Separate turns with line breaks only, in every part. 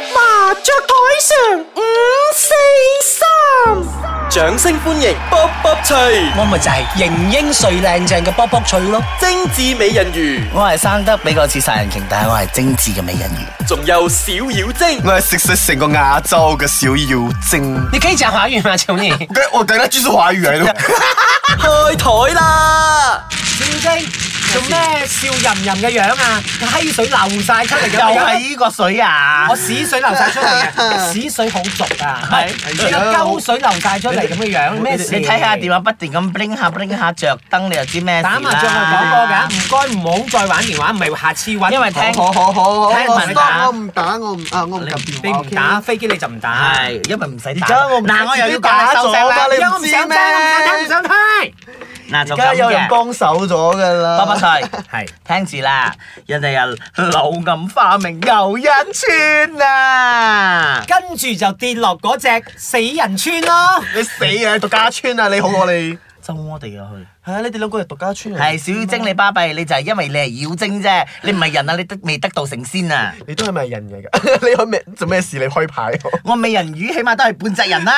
雀台上五四三，掌聲歡迎卜卜脆，
我咪就係型英帥靚正嘅卜卜脆咯。
精緻美人魚，
我係生得比較似殺人鯨，但係我係精緻嘅美人魚。
仲有小妖精，
我係食食成個亞洲嘅小妖精。
你可以講華語嗎，求 你？小
我我等下繼續華語嚟咯。
開台啦！
精做咩笑吟吟嘅樣啊？閪水流晒出嚟嘅，
又係呢個水啊！
我屎水流晒出嚟嘅，屎水好濁啊，係呢個鳩水流晒出嚟咁嘅樣，咩事？
你睇下電話不斷咁 bling 下 bling 下着燈，你就知咩事啦
打麻雀我講過㗎，唔該唔好再玩電話，唔係下次玩。
因為聽
好好好好，
聽
我
聞
唔
打
打，我唔打，我唔啊，我唔撳電話。
你唔
OK？
打飛機你就唔打。
係因為唔使打。
而家我唔
嗱，我又要講你
打
收
咗
聲啦
㗎，。你
我
唔
唔
知
想聽，我唔想聽，唔
咩？
想聽。
嗱就
而家
咁
有人
嘅，
幫手咗㗎啦。
多不脆。
係。
聽住啦，人哋又柳暗花明又一村啊！
跟住就跌落嗰只死人村咯。
你死啊！獨家村啊！你好我你。
周我哋啊去，
係啊！你哋兩個係獨 家村嚟。
係小精你巴閉，你就係因為你係妖精啫，你唔係人啊，你得未得道成仙啊！
你都係咪人嚟㗎？ 你開咩做咩事？你開牌 喎。
我美人魚起碼都係半隻人啦，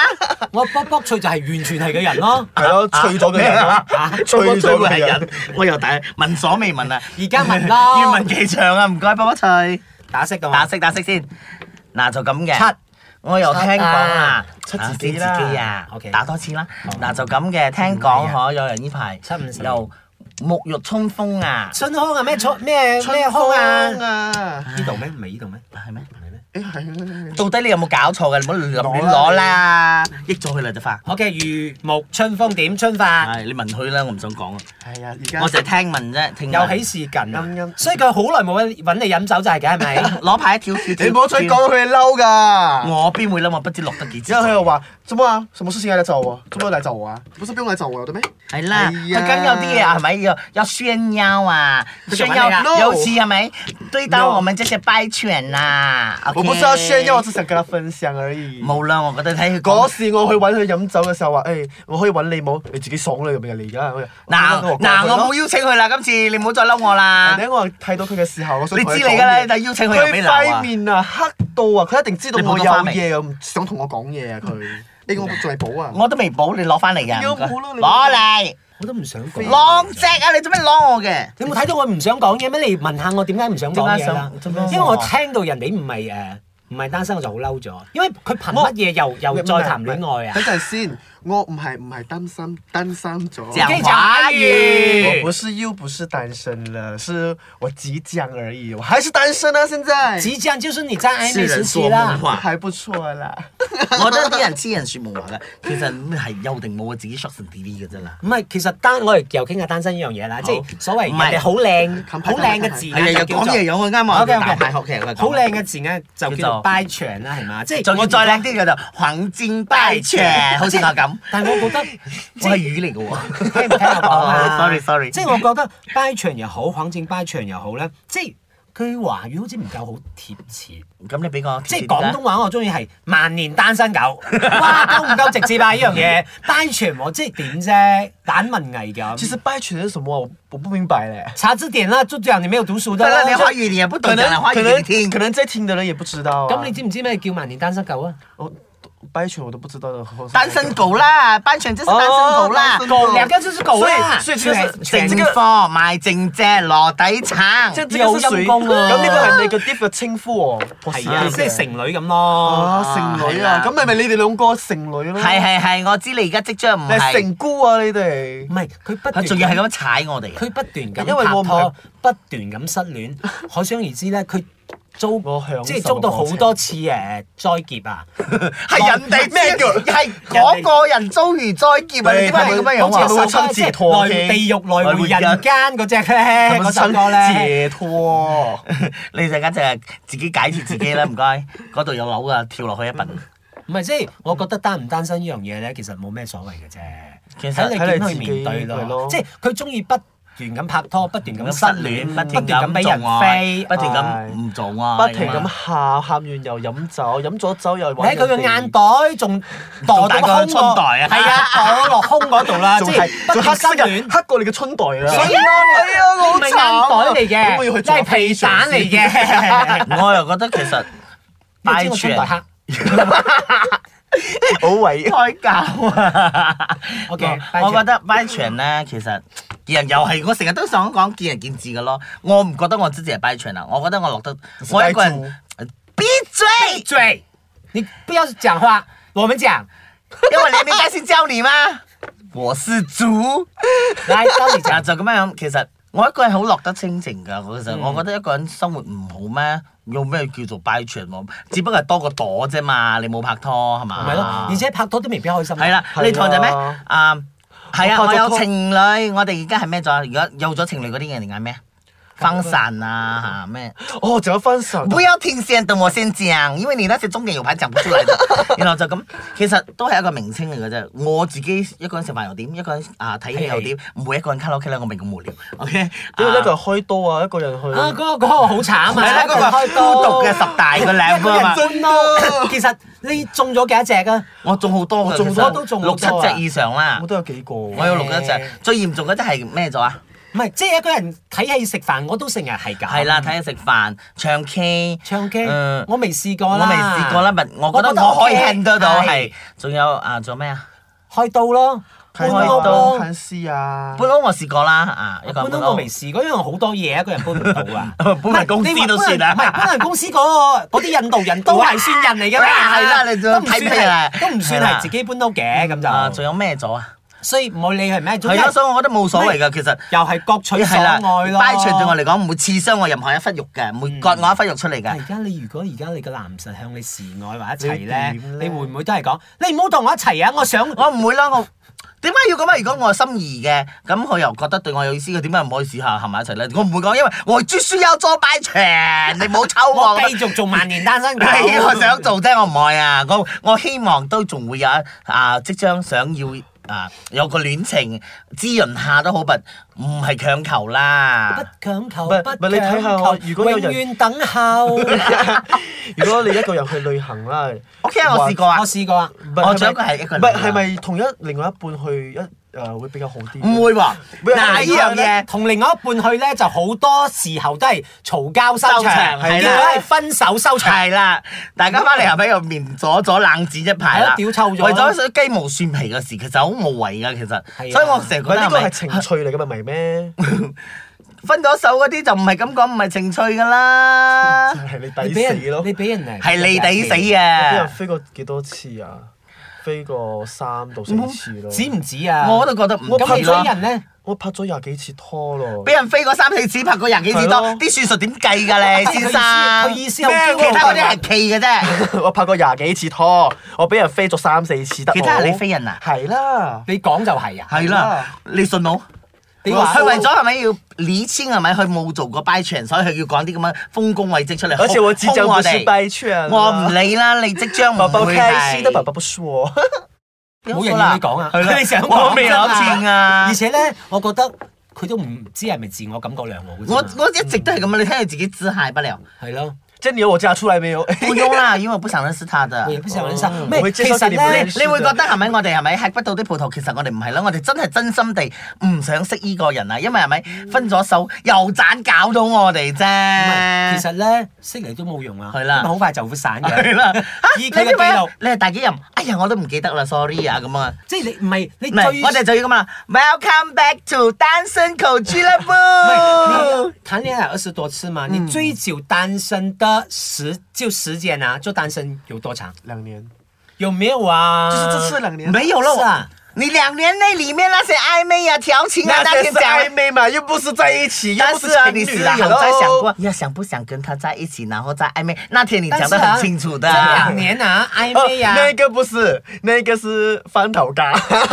我卜卜脆就係完全係嘅人咯。
係咯，
啊
脆咗嘅 人 咯，脆啊咗
會
嘅
係
人
人。，我又大聞所未聞啊！ 啊
而家問
要
咯
問，幾長啊？唔該，幫我齊
打色嘅
打
嘛。
色打色先。嗱就咁嘅。
七。
我又聽講啊，
七
打
自
死
己
自
啦
己啊
OK
打多次啦。嗱就咁嘅，聽講
啊
可有人呢排
七五十
又沐浴春風啊，
春康啊咩春咩咩康
à.
啊？
風啊！
呢度咩？唔係呢度咩？
係咩？
誒係啦，
到底你有冇搞錯嘅？你唔好亂亂攞啦，益咗佢啦就快。
好嘅，如沐春風點春
À.
法，
係你問佢啦，我唔想講啊，
係啊！而家
我就係聽聞啫，聽
又
聞
喜事近
啱
啊
啱！
所以佢好耐冇揾你飲酒就係嘅，係咪？
攞牌跳跳跳。
你唔好再講，佢係嬲㗎。
我邊會諗？我不知落得幾次
然。后他又话：做乜啊？什么事情要来找我？做乜来找我啊？不是不用来找我的咩？
係啦，
哎
佢
呀
梗有啲
à.
嘢係咪要要炫耀啊？
佢就
炫
玩你
耀
啦
No
尤其係咪對到
No
我們這些敗犬啊？
我
à. OK
不是要炫耀，我只想跟他分享而已。
冇啦，我覺得睇佢
嗰
講
時我去揾佢飲酒嘅時候話：，誒、我可以揾你冇？你自己爽啦，咁樣你而家。
嗱嗱，我冇邀請佢啦，今次你唔好再嬲我啦。
等我睇到佢嘅時候，我想
你
同
知
講
你噶啦，
嘢
就邀請佢又俾
佢
鬧啊
塊！面啊黑到啊，佢一定知道
你補
我有
咗花未
嘢啊，唔想同我講嘢啊 佢。你我再補啊！
我都未補，你攞翻嚟㗎。
有
唔該
冇啦你
攞嚟，
我都唔想講。
攞只啊！你做咩攞我嘅？
你冇睇到我唔想講嘢咩？你問下我點解唔想講
點解
嘢啦
想點解？
因為我聽到人哋唔係誒唔係單身，我就好嬲咗。因為佢憑乜嘢又又再談戀愛啊
等？陣先，我唔係唔係單身，單身咗。
講
講華語
我不是又不是單身了，是我即将而已，我还是單身啊！現在
即將就是你在曖昧時期
說
啦
夢。話，
還不錯啦。
我覺得啲人痴人說夢話嘅，其實係有定冇啊，自己 short 成 D D 嘅啫啦。
唔係，其實單我哋又傾下單身呢樣嘢啦，即係所謂
唔係
人哋好靚
近排
好靚嘅字
係啊，
眼
又
就叫
講
做
嘢有我啱我
OK，OK
大學其實佢講
好靚嘅字眼就
叫
叫做
做
拜長啦，係嘛？即係
仲要
我
再靚啲叫做橫戰敗犬，好似我咁，
但係我覺得
我係魚嚟嘅喎。
聽唔聽我講啊
Sorry, sorry
即係我覺得拜長又好，肯正拜長又好咧，即係佢華語好似唔夠好貼切。
咁你俾我
即係廣東話我中意係萬年單 身狗，哇夠唔夠直接啊？呢樣嘢拜長我即係點啫？蛋文藝
其
咁。
實拜犬是什麼啊？我我不明白嘞。
查字典啦，就講你沒有讀書的
得啦，
啦
你。華語你也不懂
可
講
能
華
可
語你
能
聽
可。能在聽的人也不知道啊。
咁你知唔知咩叫萬年單身狗啊？
我拜犬我都不知道的。何況是
單身狗啦，班長真係單身狗啦
哦單。身狗
兩個就是狗啦，
所以所以這個是
正
這
貨
個
賣正隻籮底橙，
這這個是屬
有
於
陰功啊
咁呢個係你個 diff 嘅稱呼喎。
係啊，即係剩
女
女咁咯。
啊，剩女
哦係啦
啊，咁咪咪你哋兩個剩女咯？
係係係，我嗯知你而家即將唔
你係
係，
成姑啊，你
嗯
哋
唔。係佢不斷
佢仲要係咁樣踩我哋。啊
佢不斷咁
因為我
拍
唔
拖
係，
不斷咁失 戀，可想而知咧，佢租
我享
即係
受
租到好
過程
多次誒災劫啊！
係人哋咩叫？係嗰個人遭遇災劫啊！你點解係咁樣樣
好
啊？
似
好
有
似
首歌
親自
即係
拖機
來地獄來
來
回
回
人
人
間嗰只咧，嗰首歌咧。
借拖。
你陣間就係自己解決自己啦，唔該。嗰度有樓噶，跳落去一笨。
唔係，即係我覺得單唔單身呢樣嘢咧，其實冇咩所謂嘅啫。
其實
睇你點去
睇你自己
面對
係
咯。
咯
即係佢中意不斷咁拍拖，不斷咁
咁
失
失
戀，
戀，
不
不
斷
斷
咁
咁
俾
俾
人
人
飛
飛，。不斷咁唔做啊，
不停咁喊，喊完又飲酒，飲咗酒又
你喺
揾
佢
人
嘅
哋
眼袋仲
仲
墮到個胸嗰
大過春袋啊
係 啊，墮落胸嗰度啦，即
仲
係
係
不
仲
斷
黑
失
色
戀
人，。黑過你嘅春袋啊啦。
所以我唔係眼袋嚟嘅，你係皮蛋嚟 嘅。
我又覺得其實
你知我春袋
敗
黑
犬
好偉
胎教 啊
OK，
我
拜
我
泉
覺得 by 場咧，其實見人又係我成日都想講見仁見智嘅咯。我唔覺得我自己係 by 場啊，我覺得我落得我一個人閉嘴，
嘴，你不要讲话，我们讲。
因為你明白先教你嘛。 我是豬。
来，到你
嗱
讲。
就咁樣，其實我一個人好落得清靜㗎。其實我覺得一個人生活唔好咩？有咩叫做 by 場喎？只不過係多個朵啫嘛，你冇拍拖係嘛？
咪咯，而且拍拖都未必開心。
係啦，
係啊
你堂就咩？啊，係啊，
我
我
拍咗拖
有情侶，我哋而家係咩咗？如果有咗情侶嗰啲人哋嗌咩？分散啊，嚇咩？
哦，仲有分手，
不要停線，等我先講，因為你那些中年有排講不出來的。然後就咁，其實都係一個名稱嚟嘅啫。我自己一個人食飯又點，一個人啊睇戲又點，唔會一個人卡拉 OK 啦，我咪咁無聊。OK，
因為一個
啊
人開刀啊，一個人去。
啊，嗰個嗰個好慘啊！
係啦，嗰個
開
孤獨嘅十大個靚啊 嘛，
真咯。其實你中咗幾多隻啊？
我中好多
我
嘅，
中
其實
我都中好
六七
多啊
隻以上啦
我。都有幾個。
我有六七隻，最嚴重嗰隻係咩咗啊？
唔係，即係一個人睇戲食飯，我都成日係㗎。
係啦，睇下食飯、唱 K、
唱 K，
嗯
我未試過
我
啦。
未試過啦，但我覺得
我覺得
我可以
OK，
handle 到
係
係。仲有啊，做咩啊？
開刀咯，搬
睇
屋
開
咯
刀、。看戲啊。
搬屋我試過啦，啊一個
搬
人搬
屋我
屋。
未。試過，因為好多嘢一個人搬唔到啊
搬人公司都算啦
唔係搬人公司嗰個嗰啲印度人都係算人嚟嘅咩？
哇係啦你
都唔
睇
算
咩啦
係，都唔算
係啦
係自己搬屋嘅
啊，
咁
仲
就。
有咩咗啊？
所以唔好理係咩，總
係
之
咯，
係
所以我覺得冇所謂㗎，其實。
又係各取所
係啦
愛咯。嗯
掰長對我嚟講唔會刺傷我任何一忽肉嘅，唔會割我一忽肉出嚟
但而
嘅。
家你如果而家你個男神向你示愛或者一齊咧，
你
你會
點咧
唔會都係講你唔好同我一齊啊？我想
我唔會啦，我點解要咁啊？如果我係心儀嘅，咁佢又覺得對我有意思，佢點解唔可以試下行埋一齊咧？我唔會講，因為我絕輸有做掰長，你冇抽我
我。繼續做萬年單身狗。
係我想做啫，我唔愛啊！我我希望都仲會有一啊，即將想要啊，有個戀情滋潤下都好，不唔係強求
不
啦。
強求，
唔係唔
不
係你睇下
強求，
如果有人
永遠等候。
如果你一個人去旅行啦
OK 啊，我試過啊
我，試過啊，
唔
我
係
仲有一
係
個係
咪
一個人
唔係
啊
係咪同一另外一半去一誒會比較好啲？
唔會喎。
喂
嗱呢樣嘢。
同另外一半去咧，就好多時候都係嘈交收
收
場，
場係
結
啦
果係分手收場。
係啦，大家翻嚟係咪又面咗咗冷戰一排
係
啦
啊？屌臭咗
為咗啲雞毛蒜皮嘅事，其實好無謂噶，其
係啊
實。所以我成日
唔
覺
係
得
呢
係
個
咪
係情趣嚟嘅嘛，唔係咩？
分咗手嗰啲就唔係咁講，唔係情趣噶 啦
就，係你
你俾
抵死
人，
咯
你！俾人嚟，
係你抵
dạ,
死
我俾人
啊！
飛過幾多次啊？飛過三到四次咯。
止唔止啊？
我都覺得唔
咁
止
佢
咯
追。人咧，
我拍咗廿幾次拖咯。
俾人飛過三四次，拍過廿幾次多
係咯，
啲算術點計㗎 你
佢意思
先生？
佢啊意思係
咩
好驚
其他嗰啲係企嘅啫。
我拍過廿幾次拖，我俾人飛咗三四次得冇。
其他係你飛人啊
係啦，
你講就係啊。
係啦，你信冇？
你話
佢為咗係咪要理清係咪佢冇做過 by 場，所以佢要講啲咁樣豐功偉績出嚟。
而且我即將
兇
不
我
是
哋
by
啊
場啦
我唔理啦，你即將
寶
唔
寶
會
啊開心的寶
係
寶。不是我。
冇人要你講啊，
係啦
你想講
我未有錢啊
而！且咧，我覺得佢都唔知係咪自我感覺良好嘅啫
我
嘛。
我一直都係咁啊樣，你睇佢自己姿態不 了。
係咯，
這你有我嫁出來沒有？哎
不用啦，因為我不想認識他的
我。亦不想人生。
我
咩？
會
其
接受
實
你哋
咧
嘅。
你會覺得係咪我哋係咪吃不到啲葡萄？其實我哋唔係啦，我哋真係真心地唔想識依個人啊，因為係咪分咗手又盞搞到我哋啫？
唔係其實咧，識嚟都冇用啊，
呃係啦
因為好快就會散
係
嘅。
啦，啊
以
你
佢嘅
知唔知啊
記錄
你係大幾任？哎呀，我都唔記得啦，sorry 啊咁啊。
即係你唔係你
唔係，
最
我哋就要咁啊！Welcome back to 單身球俱樂
唔係
部
你。嗯談戀愛二十多次嘛，你最久單身的時就時間啊，就單身有多長？
兩年，
有沒有啊？
就是這次兩年。
沒有
是
了
啊，
你兩年內裡面那些曖昧啊、調情啊，那
那
些
些是
講
曖。昧嘛，又不是在一起，又
但
不
是
情哦
啊，你
侶
是
啦。
有在想
hello
過要想不想跟他在一起，然後再曖昧？那天你
但
講
是
得
啊
很清楚的。
這兩年啊，曖昧呀、啊，
哦那个不是，那个是翻头家。
翻
那些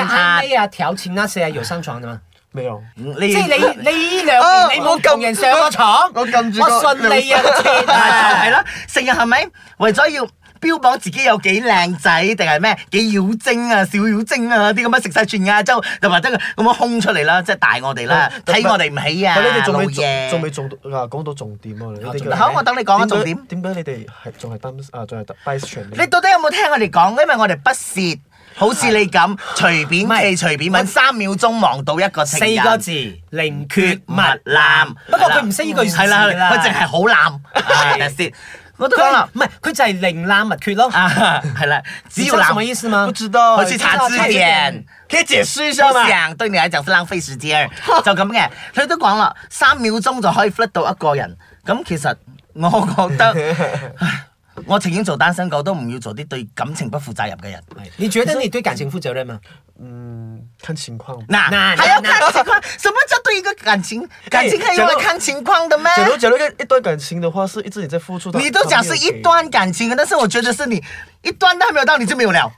啊
曖昧啊、調情那些啊，有上床的嗎？
没有，
你
即係 你你呢兩年你冇同人上過床，
我撳住
我
個
信你啊，切啊
係，咯，成日係咪為咗要標榜自己有幾靚仔，定係咩幾妖精啊、小妖精啊啲咁樣食晒全亞洲，就或者咁樣空出嚟啦，即係大我 哋啦，
但
睇我哋唔起啊，
但你哋仲
老
未
嘢。哦
仲未仲到啊？講到重點啊！你哋嘅
好，我等你講啊重點。
點解你哋係仲係單啊？仲係單 by 全
你到底有冇聽我哋講？因為我哋不屑。好似你咁隨便記隨便揾三秒鐘望到一個情人
四個字，寧缺
缺
勿
勿濫
濫。。不過佢唔識呢句字
係啦，
㗎啦
佢淨係好濫。係 that's it 我都講啦。
唔係佢就係零濫勿缺咯。
啊，係啦，只
你
要
知道
浪
什麼意思嗎
不知道
回去查字
不知道
典。
可以解释一下
不
嘛？
想對你嚟講是浪費時 間，就咁嘅。佢都講啦，三秒鐘就可以 flirt 到一個人。咁其實我 覺得，唉我情願做單身狗，都唔要做啲對感情不負責任嘅人。
你覺得你對感情負責任嗎？
嗯，看情况。
嗱，啊
嗱
還要
嗱
看情況， 什麼叫對一個感情？感情可以用來看情況的咩？
假如假如一一段感情的话，是一直你在付出的。
你都講是一段感情，但是我覺得是你一段都還沒有到，你就沒有了。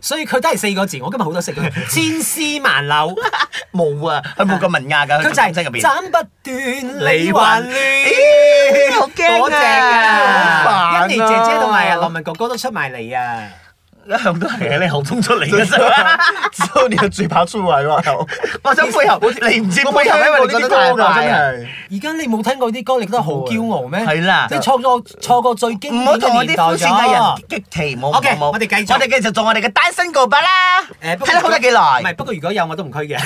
所以佢都係四個字， 我今日好多識佢，千絲萬縷。
冇啊，佢冇咁文雅㗎，
佢就
佢真
係
入邊。
斬不斷，理
你
還
還
亂，
好驚啊
嗰隻啊！
好煩
欣
啊
妮姐姐同埋啊羅文哥哥都出埋嚟啊！
一向都係喺你口中出嚟嘅啫。
之后你的嘴巴出来嘛？
我想配合，你唔知配合，
我冇聽過
因為你覺得太快啊
à?
呢啲歌㗎真係
而家你冇聽過啲歌，你覺得好驕傲咩？
係啦
你錯過錯過最經
唔
典
好同我啲
嘅年代
膚淺嘅
咗
人。激氣，冇
OK，
冇冇。
我哋繼續
我哋繼續做我哋嘅單身告白啦。
誒不過
睇你好得幾
唔
耐
係，？不過如果有我都唔拘 嘅，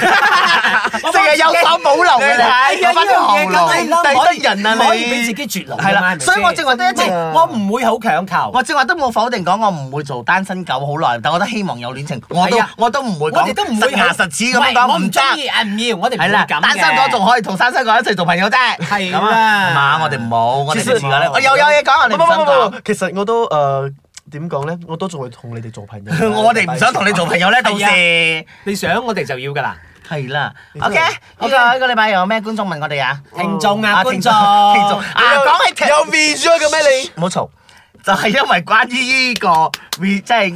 成日有所保留嘅你
係
有
啊，
翻啲
呢樣嘢
後路，
梗係啦
唔抵得人啊
唔可以
你
俾自己絕路㗎嘛
係啦
係咪
所以我
先
正話都一直
唔係我啊唔會好強求。
我正話都冇否定講，我唔會做單身狗好耐，但我都希望有戀情，我都
係啊
我都唔會
我
講
哋都唔會
實牙實齒咁樣
喂
講，
我
得
唔中。意，誒唔要，我哋唔
係
會
啦，
咁嘅
單身狗仲可以同單身狗一齊做朋友啫。
係
咁
啦
啊，嘛我哋冇，我哋
其實
自己咧，我又有嘢講，啊
唔
你唔
唔
想
唔唔
講。
唔，？其實我都誒呃點講咧，我都仲會同你哋做朋友
我哋唔想同你做朋友咧，到時。
你想我哋就要㗎啦。
係啦
你真
，OK，呢
係
個呢個禮拜又有咩觀眾問我哋啊？
聽眾啊，
啊
觀眾，
聽眾聽眾啊，講起劇
有 V 咗嘅咩你？
冇嘈，就係因為關於呢個 re 即係呢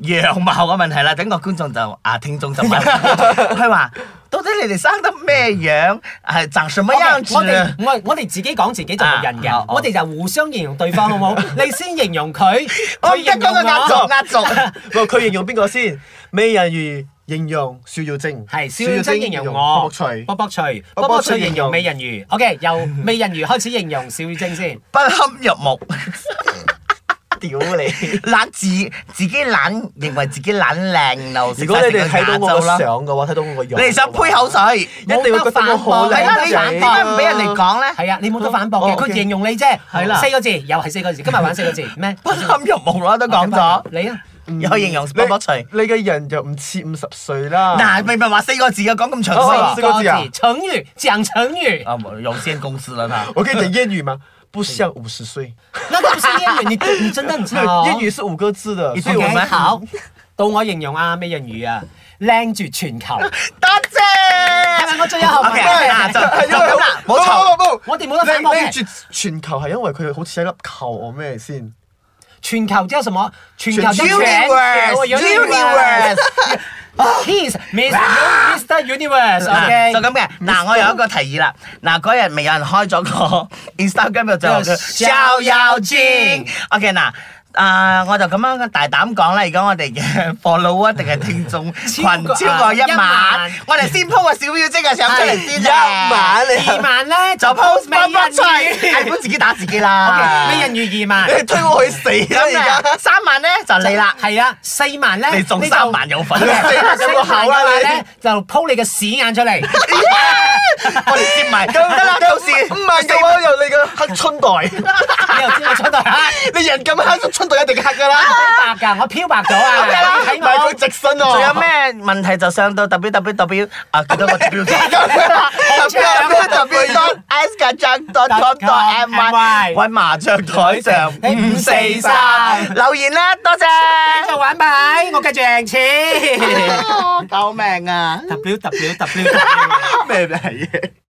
個樣貌嘅問題啦。整個觀眾就啊，聽眾就 問，佢話到底你哋生得咩樣，係長什麼
OK，
樣子
我哋
啊？
我我哋自己講自己就冇人
啊
嘅
好，
我哋就互相形容對方 好唔好？你先形容佢，
我
佢
唔得
形容
嗰個壓軸
我。
壓 軸。
我佢形容邊個先？美人魚形容小妖精，
係小妖精形容
小
我，
妖精形容
卜
卜卜
卜脆，
卜
卜卜
卜
脆
脆
形
形
容
容
美人魚。OK，由美人魚開始形容小妖精先。
不堪入目，
脆。屌 你！
懶自自己懶，認為自己懶靚，又食
如果
晒
你
成個
哋睇到
亞
我
洲
個
啦。
相嘅話，睇到我個樣嘅話，
你想杯口水？
一定會覺得我好
冇得
係
反
啦，
靚
你
仔。
點解唔俾人哋講咧？
係啊，你冇得反駁
哦
嘅，佢
OK
形容你啫。
係啦
四個字，又係四個字。今日玩四個字咩？
不堪入目啦，都講
Ờ,
咗，
你啊，
有形容
你
卜卜脆。
你嘅人又唔似五十歲啦。
嗱，明明話四個字嘅，講咁詳
Ờ,
細。
哦四個字啊
成語講成語，
啊，冇有限公司啦，他。
我可以講諺語嗎？不像五 十歲，
那都不是諺語，你你真的很
沒
差
有
哦。
諺語是五個字的，所以
OK，
我
我們
好，到我形容啊，美人魚啊，靚絕全球，係
多謝。
咪我最有後
O
文
K，嗱就
係因
就
為
咁啦，冇錯。
不不不
我哋冇得反駁
你
嘅
你全全球係因為佢好似一粒球我咩先？
全球之後什麼？全球之
Universe，Universe。
His Miss Mr
Ờ,
Universe。OK，
就咁嘅，嗱，我有一個提議啦。嗱，嗰日咪有人開咗個 Instagram 就
叫
叫逍遙精。OK，嗱。À, 啊我就咁樣大膽講啦，而家我哋嘅 follow 一定係聽眾群
超過
超過一
一
萬
萬，
我哋先 po 個小妖精嘅相出嚟先啊
一晚
二
你
萬咧
就 post
美
乜乜
人
出嚟，係
魚。
本自己打自己啦
OK，。美人魚二萬。
你推我去死啦！而家
咁啊，三萬咧就你啦。
係啊，四萬咧，
你中
就
三萬有份
四萬
有個口啦
嘅話咧
你，
就鋪你嘅屎 眼出嚟。
我哋接埋，得啦，到時
五萬嘅話有你嘅黑春袋，
你又知我出到啊？
你人咁黑，春袋一定黑噶啦。
我漂白㗎，我漂白咗 啊！
啦
你睇
但
我
係佢直身
仲有
喎。
咩問題就上到 www 啊，記得我 w w w s k a j a n g c o m m y 揾麻雀台上五四三留言啦，多謝。
就玩牌，我繼續 贏錢。
救命啊！
W W W。
咩嚟嘅？